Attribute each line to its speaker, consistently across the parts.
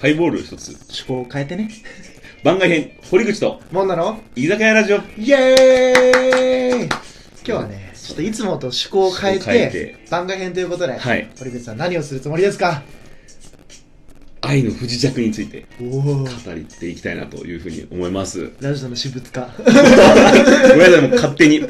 Speaker 1: ハイボール一つ。
Speaker 2: 趣向を変えてね。
Speaker 1: 番外編、堀口と、
Speaker 2: もんなの
Speaker 1: 居酒屋ラジオ。
Speaker 2: イエーイ今日はね、ちょっといつもと趣向を変え
Speaker 1: 趣
Speaker 2: て、
Speaker 1: 向を変え
Speaker 2: 番外編ということで、
Speaker 1: はい。
Speaker 2: 堀口さん何をするつもりですか
Speaker 1: 愛の不時着について
Speaker 2: おお
Speaker 1: 語りっていきたいなというふうに思います。
Speaker 2: ラジオの私物化。
Speaker 1: ごめんなさい、もう勝手に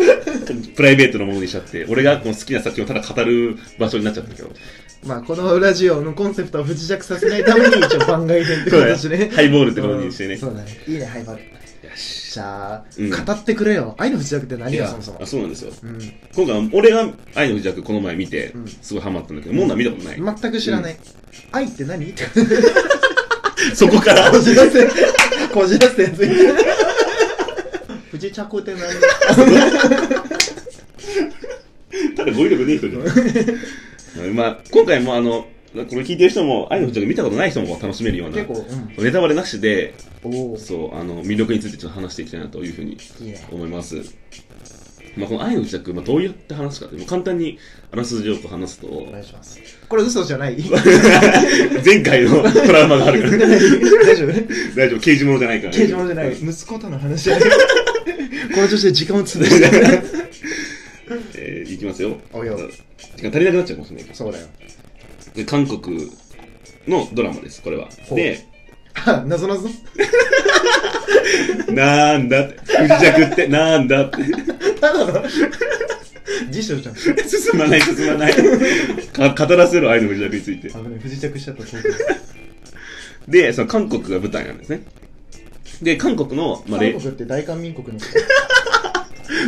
Speaker 1: プライベートなものにしちゃって、俺がこの好きな作品をただ語る場所になっちゃったけど、
Speaker 2: まあ、このラジオのコンセプトを不時着させないた めに、一応番外編って
Speaker 1: そうだ
Speaker 2: ことで
Speaker 1: ね
Speaker 2: すね。
Speaker 1: ハイボールってことにしてね
Speaker 2: うんそうだね。いいね、ハイボール。
Speaker 1: よし
Speaker 2: じゃあ、
Speaker 1: うん
Speaker 2: 語ってくれよ。愛の不時着って何
Speaker 1: い
Speaker 2: よ、
Speaker 1: や
Speaker 2: そもそも
Speaker 1: あ。そうなんですよ
Speaker 2: うん。
Speaker 1: 今回俺が「愛の不時着」この前見て
Speaker 2: うん
Speaker 1: すごいハマったんだけど、もんな見たことない、
Speaker 2: 全く知らない。愛って何って。
Speaker 1: そこ から
Speaker 2: こじらせ、こじらせやつ。 不時着って何
Speaker 1: ただ語彙力ねえ人じゃんまあ今回もあのこれ聞いてる人も「愛の不時着」見たことない人も楽しめるような
Speaker 2: 結構、うん。
Speaker 1: ネタバレなしで
Speaker 2: おお。
Speaker 1: そうあの魅力についてちょっと話していきたいなというふうに
Speaker 2: いいね。
Speaker 1: 思います、まあ、この「愛の不時着」まあ、どうやって話すかってもう簡単にあらすじをこう話すと
Speaker 2: お願いします。これ嘘じゃない
Speaker 1: 前回のトラウマがある から
Speaker 2: 大丈夫
Speaker 1: 大丈夫刑事物じゃないから、ね、
Speaker 2: 刑事物じゃない。息子との話じゃない。この調子で時間を潰して。
Speaker 1: えー、いきますよ
Speaker 2: およ。
Speaker 1: 時間足りなくなっちゃうかもしれないけ
Speaker 2: そうだよ。
Speaker 1: どで韓国のドラマですこれは
Speaker 2: ほう
Speaker 1: で
Speaker 2: はなぞなぞ。
Speaker 1: なんだって不時着ってなんだって
Speaker 2: ただの。辞書じゃん。危
Speaker 1: 進まない進まないか語らせる愛の不時着について
Speaker 2: ない。不時着しちゃった。
Speaker 1: でその韓国が舞台なんですねで韓国の、まあ、
Speaker 2: 韓
Speaker 1: れ
Speaker 2: 国って大韓民国の。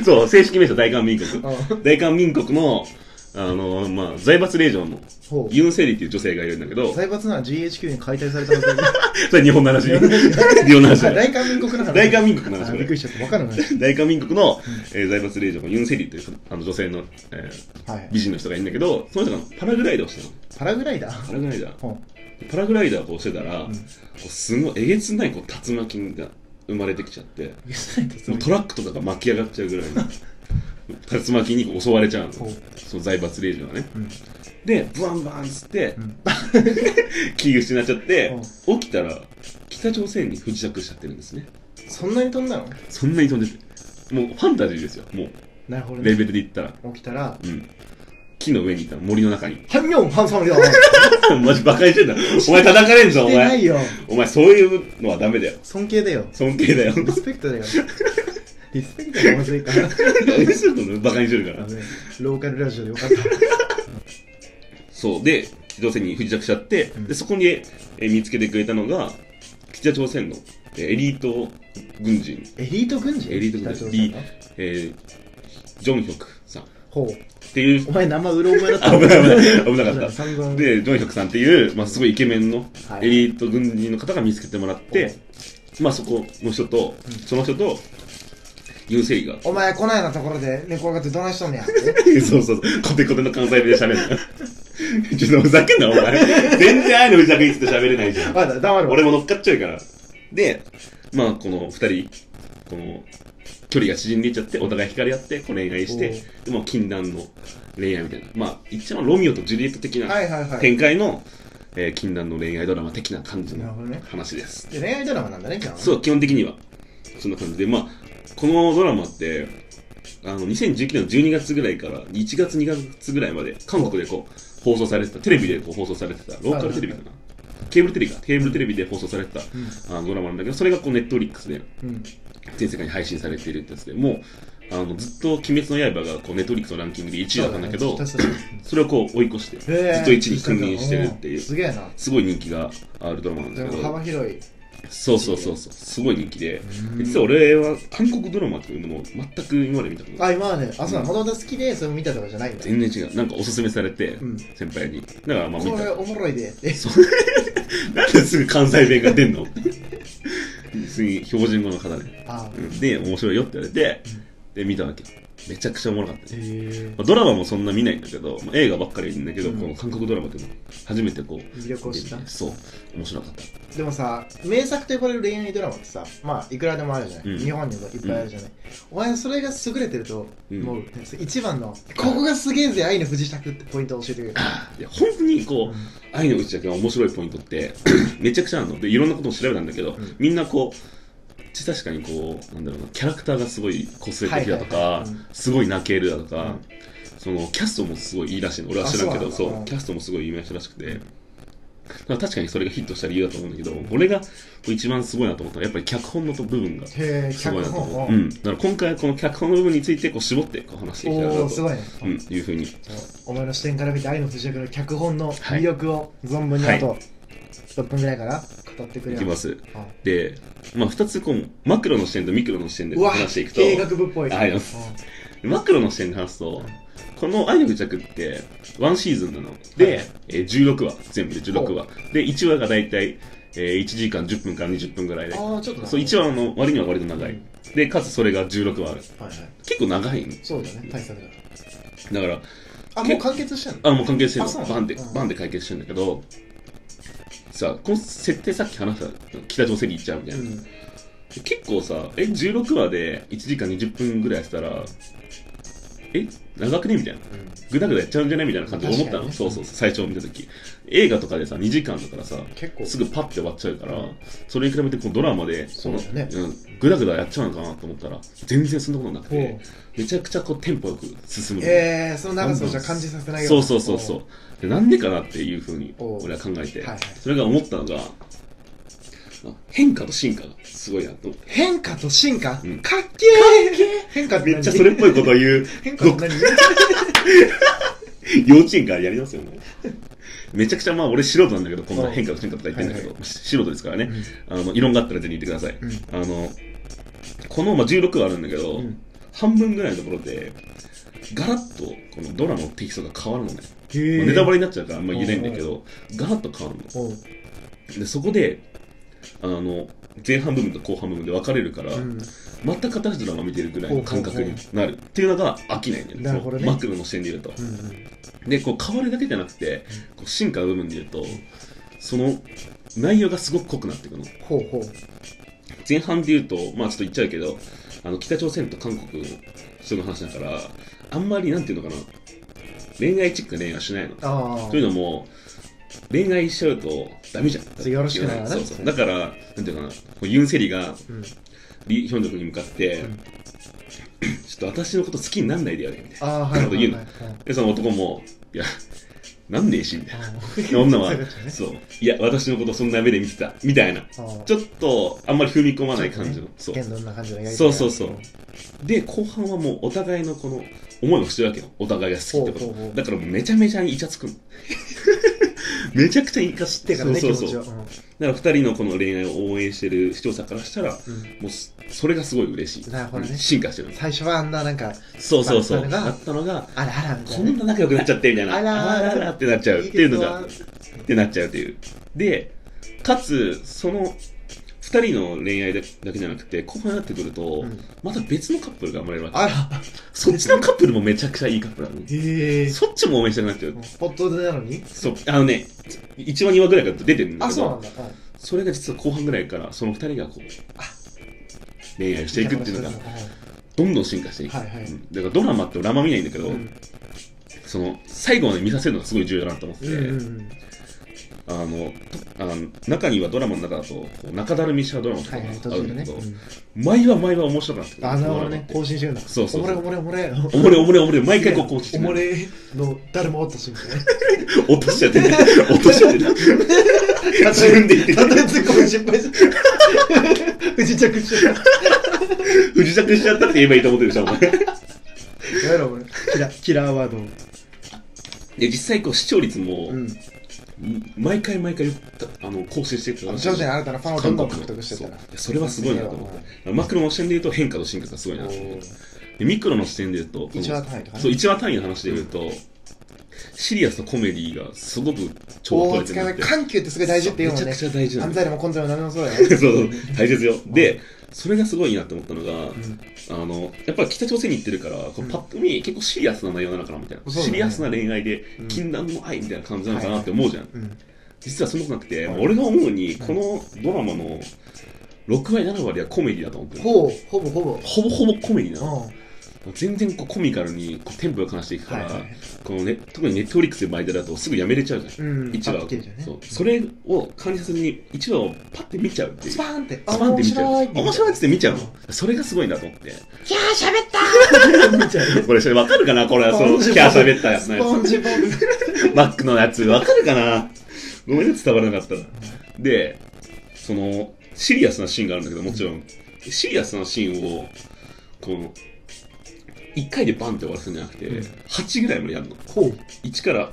Speaker 1: そう正式名称大韓民国
Speaker 2: ああ
Speaker 1: 大韓民国のあのまあ財閥令嬢の
Speaker 2: ほう。
Speaker 1: ユン・セリっていう女性がいるんだけど
Speaker 2: 財閥なら GHQ に解体されたはずだよね
Speaker 1: それ日本の話日本の話じ
Speaker 2: あ
Speaker 1: ゃ ない
Speaker 2: 大韓民国の話。
Speaker 1: 大韓民国の話こ
Speaker 2: あびっ
Speaker 1: れ
Speaker 2: くりしちゃった。わかんない。
Speaker 1: 大韓民国の、えー財閥令嬢のユン・セリというあの女性の、えー
Speaker 2: はい。
Speaker 1: 美人の人がいるんだけどその人がパラグライダーをしてるの
Speaker 2: パラグライダー
Speaker 1: パラグライダー
Speaker 2: ほ
Speaker 1: パラグライダーをこうしてたら、
Speaker 2: う。う
Speaker 1: こ
Speaker 2: ん。
Speaker 1: うすごいえげつないこう竜巻が生まれてきちゃって
Speaker 2: 許せないとす
Speaker 1: も
Speaker 2: ご
Speaker 1: う
Speaker 2: い
Speaker 1: トラックとかが巻き上がっちゃうぐ らいの竜巻にこう襲われちゃうの
Speaker 2: ほう。
Speaker 1: その財閥令嬢がね
Speaker 2: うん。
Speaker 1: でブワンブワンっつって、
Speaker 2: うん。
Speaker 1: 気失っちゃって、起きたら北朝鮮に不時着しちゃってるんですね
Speaker 2: そんなに飛んだの
Speaker 1: そんなに飛んでてもうファンタジーですよも
Speaker 2: なるほど
Speaker 1: うレ
Speaker 2: ね。
Speaker 1: ベルで言ったら
Speaker 2: 起きたら、
Speaker 1: うん木の上にいた森の中に
Speaker 2: ハンミョンハンサムリョン
Speaker 1: マジバカにしてんだお前叩かれんぞお
Speaker 2: してな
Speaker 1: 前
Speaker 2: いよ。
Speaker 1: お前そういうのはダメだよ
Speaker 2: 尊敬だよ。
Speaker 1: 尊敬だよ
Speaker 2: リスペク トだよ。リスペクトがまずいから。
Speaker 1: 何するのバカにしてるから
Speaker 2: 危ないローカルラジオでよかった。
Speaker 1: そうで北朝鮮に不時着しちゃって、
Speaker 2: うん
Speaker 1: でそこに、えー見つけてくれたのが北朝鮮の、えーエリート軍人、
Speaker 2: エリート軍人
Speaker 1: エリート軍人
Speaker 2: 北朝鮮の
Speaker 1: えージョンヒョクさんっ
Speaker 2: ほう。
Speaker 1: ていう
Speaker 2: お前名前うろ覚えだっ
Speaker 1: 危
Speaker 2: た
Speaker 1: ない危ない危なかった
Speaker 2: 散々。
Speaker 1: で、ジョンヒョクさんっていう、まあ、すごいイケメンの
Speaker 2: はい
Speaker 1: エリート軍人の方が見つけてもらって、まあ、そこの人と、
Speaker 2: うん
Speaker 1: その人と、ユンセリが、
Speaker 2: お前こないなところで猫がってどないしとんねや。
Speaker 1: そうそうそう、コテコテの関西弁で喋る の。ちょっとふざけんな、お前。全然愛のふざけについて喋れないじゃん。
Speaker 2: まだ黙るわ。
Speaker 1: 俺も乗っかっちゃうから。で、まあ、この二人、この、距離が縮んでいっちゃって、お互い惹かれ合って、こう恋愛して、でもう禁断の恋愛みたいな。まあ、一番ロミオとジュリエット的な
Speaker 2: はいはいはい。
Speaker 1: 展開の、えー禁断の恋愛ドラマ的な感じ
Speaker 2: なる
Speaker 1: の
Speaker 2: ほどね。
Speaker 1: 話です。
Speaker 2: で、恋愛ドラマなんだね、今日は。
Speaker 1: そう、基本的には。そんな感じで、まあ、このドラマって、あの、2019年の12月ぐらいから1月2月ぐらいまで、韓国でこう、放送されてた、テレビでこう放送されてた、ローカルテレビかな。ケーブルテレビか、ケーブルテレビで放送されてた
Speaker 2: うん。
Speaker 1: あのドラマなんだけど、それがこう、ネットフリックスで、
Speaker 2: うん。
Speaker 1: 全世界に配信されているってやつで、もう、あの、ずっと鬼滅の刃がこう、ネットフリックスのランキングで1位だったんだけど
Speaker 2: そ、うね
Speaker 1: それをこう、追い越して、ず
Speaker 2: へー
Speaker 1: っと1位に君臨してるっていう。
Speaker 2: すげえな。
Speaker 1: すごい人気があるドラマなん
Speaker 2: で
Speaker 1: だけ
Speaker 2: も
Speaker 1: ど
Speaker 2: 幅広い。
Speaker 1: そうそうそうそうすごい人気で
Speaker 2: うん
Speaker 1: 実は俺は韓国ドラマっていうものを全く今まで見たことない
Speaker 2: あ、今はね、あ、そうなの、もともと好きで、それも見たとかじゃないんだ。
Speaker 1: 全然違うなんかおすすめされて
Speaker 2: うん
Speaker 1: 先輩にだからまあ見
Speaker 2: これ
Speaker 1: た
Speaker 2: おもろいでって。
Speaker 1: なん ですぐ関西弁が出んの 次標準語の方で
Speaker 2: あ
Speaker 1: うんで面白いよって言われてで見たわけめちゃくちゃおもろかったね、
Speaker 2: え
Speaker 1: まあ、ドラマもそんな見ないんだけど、まあ、映画ばっかり見るんだけど、
Speaker 2: うん
Speaker 1: この韓国ドラマっていうの初めてこう
Speaker 2: 魅力を知った
Speaker 1: そう面白かった
Speaker 2: でもさ名作と呼ばれる恋愛ドラマってさまあいくらでもあるじゃない、
Speaker 1: うん
Speaker 2: 日本にもいっぱいあるじゃない、お前それが優れてると思う、
Speaker 1: う
Speaker 2: 一番のここがすげえぜ愛の不時着ってポイントを教えてくれ る
Speaker 1: いや本当にこう愛のうちだけの面白いポイントって めちゃくちゃあるのでいろんなことも調べたんだけど、
Speaker 2: うん
Speaker 1: みんなこう確かにこうなんだろうなキャラクターがすごい個性的だとか、
Speaker 2: はいはいはいうん
Speaker 1: すごい泣けるだとか、
Speaker 2: うん
Speaker 1: そのキャストもすごいいいらしいの俺は知らんけど
Speaker 2: あ
Speaker 1: そ
Speaker 2: そううなんだ
Speaker 1: キャストもすごい有名な人らしくて、だから確かにそれがヒットした理由だと思うんだけど俺が一番すごいなと思ったのはやっぱり脚本の部分が
Speaker 2: へえ
Speaker 1: すご
Speaker 2: 脚
Speaker 1: いなと
Speaker 2: 本
Speaker 1: 思
Speaker 2: を、
Speaker 1: う、うん、だから今回はこの脚本の部分についてこう絞ってこう話していきたいな
Speaker 2: お
Speaker 1: と
Speaker 2: おすごいね、
Speaker 1: うん、いうふうに
Speaker 2: お前の視点から見て愛の不時着の脚本の魅力を存分に
Speaker 1: はい
Speaker 2: あと6分ぐらいから語ってくれ
Speaker 1: い
Speaker 2: よ
Speaker 1: きます
Speaker 2: あ
Speaker 1: で、まあ、2つこうマクロの視点とミクロの視点で
Speaker 2: うわ
Speaker 1: 話していくと
Speaker 2: 経営学部っぽい
Speaker 1: ありがとうございマクロの視点で話すとこの「愛の不時着」ってワンシーズンなので、
Speaker 2: はい
Speaker 1: えー16話全部で16話で1話が大体、えー、1時間10分から20分ぐらいで
Speaker 2: ああちょっと
Speaker 1: そう1話の割には割と長いでかつそれが16話ある
Speaker 2: はいはい
Speaker 1: 結構長いの
Speaker 2: そうだよね対策だか
Speaker 1: だから
Speaker 2: らあもう完結したの
Speaker 1: あもう関係性の
Speaker 2: あそうなの
Speaker 1: バンって
Speaker 2: うん
Speaker 1: バンで解決してるんだけどさあこの設定さっき話した北朝鮮に行っちゃうみたいな、
Speaker 2: うん
Speaker 1: 結構さえ16話で1時間20分ぐらいやってたらえ長くねみたいなぐだぐだやっちゃうんじゃないみたいな感じで思ったの、
Speaker 2: 確かにね
Speaker 1: そうそう最初見た時映画とかでさ2時間だからさ
Speaker 2: 結構
Speaker 1: すぐパッて終わっちゃうから、
Speaker 2: うん
Speaker 1: それに比べてこうドラマで
Speaker 2: そうだよね
Speaker 1: このうん、ぐだぐだやっちゃうのかなと思ったら全然そんなことなくて
Speaker 2: ほ
Speaker 1: めちゃくちゃこうテンポよく進むの、
Speaker 2: えー、その長さをじゃあ感じさせない
Speaker 1: そうそうそうそうでなんでかなっていうふうに
Speaker 2: おう
Speaker 1: 俺は考えて、
Speaker 2: はいはい
Speaker 1: それが思ったのがあ変化と進化がすごいなと思って
Speaker 2: 変化と進化、
Speaker 1: うん
Speaker 2: かっけー変化て何
Speaker 1: めっちゃそれっぽいことを言う
Speaker 2: 変化って 何
Speaker 1: 幼稚園からやりますよねめちゃくちゃまあ俺素人なんだけどこんな変化と進化とか言ってんだけど、
Speaker 2: はい
Speaker 1: 素人ですからね、あの異論があったら全然言ってください、
Speaker 2: うん
Speaker 1: あのこの、まあ、16話あるんだけど、
Speaker 2: うん
Speaker 1: 半分ぐらいのところでガラッとこのドラマのテキストが変わるのね、
Speaker 2: へー
Speaker 1: まあネタバレになっちゃうからあんま言えないんだけど、ガラッと変わるの
Speaker 2: おう
Speaker 1: でそこであの前半部分と後半部分で分かれるから、
Speaker 2: うん
Speaker 1: 全く新しいドラマ見てるぐらいの感覚になるっていうのが飽きないんだよね
Speaker 2: なるほどね
Speaker 1: そのマクロの視点で言うと
Speaker 2: う、ん
Speaker 1: でこう変わるだけじゃなくてこう進化の部分で言うとその内容がすごく濃くなっていくの
Speaker 2: ほうほう
Speaker 1: 前半で言うとまあちょっと言っちゃうけどあの北朝鮮と韓国の人の話だからあんまりなんていうのかな恋愛チックな恋愛はしないの
Speaker 2: ああ
Speaker 1: というのも恋愛しちゃうとダメじゃん
Speaker 2: そうよろしくないわね
Speaker 1: そうそうだからなんていうかなこうユンセリが
Speaker 2: うん
Speaker 1: リ・ヒョンジョクに向かって、
Speaker 2: うん
Speaker 1: ちょっと私のこと好きになんないでよねみたいな
Speaker 2: ああはいはいはい、
Speaker 1: 言うの
Speaker 2: はい
Speaker 1: でその男もいやなんねえしみたいな
Speaker 2: あ
Speaker 1: で
Speaker 2: ー
Speaker 1: 女は
Speaker 2: そういうことね
Speaker 1: そういや私のことそんな目で見てたみたいな
Speaker 2: あー
Speaker 1: ちょっとあんまり踏み込まない感じのそう
Speaker 2: 現どんな感じのやり
Speaker 1: そうそうそうで後半はもうお互いのこの思いをしてるわけよお互いが好きって
Speaker 2: ほ
Speaker 1: こ
Speaker 2: うほうほ
Speaker 1: と
Speaker 2: う
Speaker 1: だからもうめちゃめちゃにイチャつくの めちゃくちゃイカし
Speaker 2: で
Speaker 1: て
Speaker 2: か
Speaker 1: からら
Speaker 2: ね
Speaker 1: ねそう
Speaker 2: 気
Speaker 1: そ
Speaker 2: 持
Speaker 1: う
Speaker 2: ち
Speaker 1: そ
Speaker 2: を
Speaker 1: うだから2人のこの恋愛を応援してる視聴者からしたらも
Speaker 2: うん
Speaker 1: うそそれがすごい嬉しい
Speaker 2: なるほどね
Speaker 1: 進化してるんです
Speaker 2: 最初はあんななんか
Speaker 1: そうそうそう
Speaker 2: あったのが
Speaker 1: あったのが
Speaker 2: あらあらみた
Speaker 1: こ
Speaker 2: いなん
Speaker 1: な仲良くなっちゃってみたいな
Speaker 2: あら
Speaker 1: あらあらってなっちゃうっていうのが
Speaker 2: いいですわ
Speaker 1: ってなっちゃうという。で、かつ、その、二人の恋愛だけじゃなくて、後半になってくると、
Speaker 2: うん
Speaker 1: また別のカップルが生まれるわけ。
Speaker 2: あら
Speaker 1: そっちのカップルもめちゃくちゃいいカップルなのね。
Speaker 2: へえ
Speaker 1: そっちも応援したくなっちゃう。
Speaker 2: ホットでなのに
Speaker 1: そう、あのね、1話2話ぐらいから出てるんだ
Speaker 2: あ
Speaker 1: け
Speaker 2: そうな
Speaker 1: ど
Speaker 2: ん、だうん
Speaker 1: それが実は後半ぐらいから、その二人がこう、恋愛をしていくっていうのが、どんどん進化していく。
Speaker 2: はいはい
Speaker 1: うんだからドラマってドラマ見ないんだけど、
Speaker 2: うん
Speaker 1: その、最後まで見させるのがすごい重要だなと思って、
Speaker 2: うんうん
Speaker 1: あのとあの中にはドラマの中だとこう中だるみしたドラマとか
Speaker 2: はい
Speaker 1: が
Speaker 2: はい、途
Speaker 1: ある
Speaker 2: 中で
Speaker 1: んだ
Speaker 2: ね
Speaker 1: け。ど毎は毎は面白くなってく
Speaker 2: うんあ、なるほどね。
Speaker 1: ドラマ
Speaker 2: 更
Speaker 1: って
Speaker 2: 新してるんだ。
Speaker 1: そうそう
Speaker 2: おもれおもれおもれ。
Speaker 1: おもれおもれおもれ毎回こうこうして
Speaker 2: お
Speaker 1: く
Speaker 2: も
Speaker 1: る
Speaker 2: れの誰も落としみたいなね。
Speaker 1: 落としちゃって る落としちゃってる自分で言ってた
Speaker 2: たとえツッコミ失敗する。不時着しちゃっ
Speaker 1: 不時着しちゃったって言えばいいと思ってるでしょお前
Speaker 2: た。やめろ、お前。キラキラーワード。
Speaker 1: で実際こう視聴率も、
Speaker 2: うん。
Speaker 1: 毎回毎回あの更新していくから
Speaker 2: 徐々に新たなファンをどんどん獲得して
Speaker 1: そ
Speaker 2: っ
Speaker 1: うい
Speaker 2: たら。
Speaker 1: やそれはすごいなと思ってだからマクロの視点で言うと変化と進化がすごいなと思ってでミクロの視点で言うとこの
Speaker 2: 一話単位とかね
Speaker 1: そう1話単位の話で言うとシリアスとコメディがすごく調和
Speaker 2: お
Speaker 1: 取
Speaker 2: お、
Speaker 1: れて
Speaker 2: 使
Speaker 1: る
Speaker 2: い
Speaker 1: なって
Speaker 2: 分け。緩急ってすごい大事って言うもんね
Speaker 1: めち。ゃくちゃ大事な
Speaker 2: 犯
Speaker 1: ん
Speaker 2: 罪
Speaker 1: だ
Speaker 2: でも根性でも何でもそうだよ
Speaker 1: そう
Speaker 2: ね。
Speaker 1: そう大切よでそれがすごいなって思ったのが、
Speaker 2: うん
Speaker 1: あのやっぱり北朝鮮に行ってるから、こ
Speaker 2: う
Speaker 1: うんパッと見、結構シリアスな内容なのかなみたいな、
Speaker 2: そうだね
Speaker 1: シリアスな恋愛で、
Speaker 2: うん
Speaker 1: 禁断の愛みたいな感じなのかなって思うじゃん、
Speaker 2: うん
Speaker 1: 実はそんなことなくて、
Speaker 2: はい
Speaker 1: 俺が思うに、このドラマの6割、7割はコメディだと思ってる、
Speaker 2: ほぼほぼほぼ
Speaker 1: ほぼほぼコメディなの、
Speaker 2: うん
Speaker 1: 全然こうコミカルにこうテンポよく話していくか
Speaker 2: はい
Speaker 1: ら、
Speaker 2: はい
Speaker 1: このね、特にネットフリックスで巻いてるだと、すぐやめれちゃうじゃん。
Speaker 2: うん
Speaker 1: 1
Speaker 2: パ
Speaker 1: 話
Speaker 2: ッ
Speaker 1: を
Speaker 2: と切れちゃうね
Speaker 1: そうそれを感じさせずに1話をパッて見ちゃうっていう
Speaker 2: スパーンって
Speaker 1: スパンって見ちゃう
Speaker 2: あ
Speaker 1: 面白い面白いっつって見ちゃうの
Speaker 2: うん
Speaker 1: それがすごいなと思って
Speaker 2: キャー喋ったー 見ちゃう
Speaker 1: これそれわかるかなこれ
Speaker 2: ス
Speaker 1: そ
Speaker 2: ポン
Speaker 1: の
Speaker 2: ジ
Speaker 1: キャー喋ったやつ
Speaker 2: スポンジボール
Speaker 1: マックのやつわかるかなごめんね伝わらなかったらでそのシリアスなシーンがあるんだけどもちろんシリアスなシーンをこの1回でバンって終わらせるんじゃなくて
Speaker 2: うん
Speaker 1: 8ぐらいまでやるの
Speaker 2: ほう
Speaker 1: 1から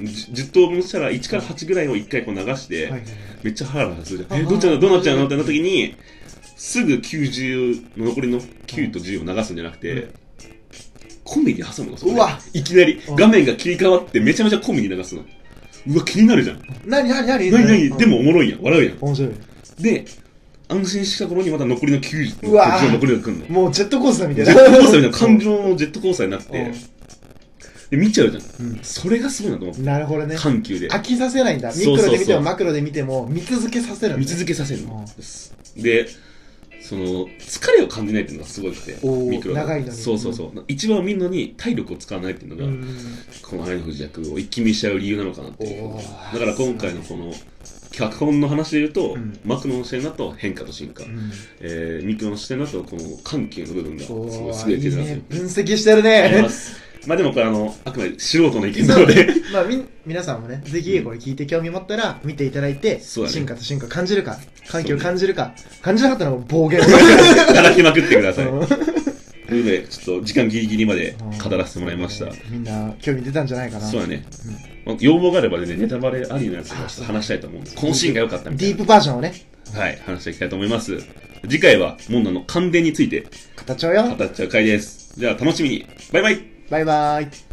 Speaker 1: じ 10, 等分したら1から8ぐらいを1回こう流して、
Speaker 2: はいはい
Speaker 1: めっちゃハラハラするじゃん。
Speaker 2: あ
Speaker 1: え、
Speaker 2: ー
Speaker 1: どっちなのどうなっちゃうのってなった時に、すぐ90の残りの9と10を流すんじゃなくて、
Speaker 2: うん
Speaker 1: コメディ挟むの、そこで
Speaker 2: うわ
Speaker 1: いきなり
Speaker 2: うん
Speaker 1: 画面が切り替わってめちゃめちゃコメディ流すの。うわ、気になるじゃん。
Speaker 2: なになになに
Speaker 1: なになにでも
Speaker 2: う
Speaker 1: おもろいやん。笑うやん
Speaker 2: ん。面白い
Speaker 1: で、安心した頃にまた残りの90
Speaker 2: う
Speaker 1: の
Speaker 2: わー
Speaker 1: 10の残りが来るの。
Speaker 2: もうジェットコースターみた
Speaker 1: ジ
Speaker 2: い
Speaker 1: ェ
Speaker 2: な
Speaker 1: ットコースターみたいな感情のジェットコースターになって、で見ちゃうじゃん。
Speaker 2: うん
Speaker 1: それがすごいなと思っ
Speaker 2: う
Speaker 1: て。
Speaker 2: んなるほどね
Speaker 1: 緩急で。
Speaker 2: 飽きさせないんだミク
Speaker 1: そう
Speaker 2: ロ
Speaker 1: そうそう
Speaker 2: で見てもマクロで見ても見続けさせるん
Speaker 1: 見
Speaker 2: だ
Speaker 1: 続けさせる
Speaker 2: うん
Speaker 1: のですでその疲れを感じないっていうのがすごくて
Speaker 2: おー
Speaker 1: ミクロが
Speaker 2: 長いのに
Speaker 1: そうそうそう一番見るのに体力を使わないっていうのが、この「愛の不時着」を一気見しちゃう理由なのかなっていう
Speaker 2: お
Speaker 1: だ
Speaker 2: ー
Speaker 1: から今回のこの脚本の話で言うと、
Speaker 2: うん
Speaker 1: マクロの視点だと変化と進化、
Speaker 2: うん
Speaker 1: えーミクロの視点だとこの緩急の部分がす
Speaker 2: お
Speaker 1: ご
Speaker 2: ー
Speaker 1: い優れ
Speaker 2: い
Speaker 1: て
Speaker 2: い
Speaker 1: るなと
Speaker 2: ね分析してる
Speaker 1: 思 いま
Speaker 2: ね
Speaker 1: すまあでもこれあのあくまで素人の意見なの で
Speaker 2: まあみん皆さんもねぜひこれ聞いて興味持ったら見ていただいて
Speaker 1: そうだね
Speaker 2: 進化と進化感じるか環境感じるか感じなかったらもう 暴言を
Speaker 1: 働きまくってください
Speaker 2: うん
Speaker 1: ということでちょっと時間ギリギリまで語らせてもらいました、
Speaker 2: みんな興味出たんじゃないかな
Speaker 1: そうだね、まあ要望があればね、ネタバレありのやつをちょっと話したいと思うんです。このシーンが良かったみた
Speaker 2: ディ
Speaker 1: い
Speaker 2: ープバージョンをね
Speaker 1: な。はい、話していきたいと思います。次回は、モンナの感電について
Speaker 2: 語っちゃうよ
Speaker 1: 語っちゃう回です。じゃあ、楽しみに。バイバイ
Speaker 2: バイバーイ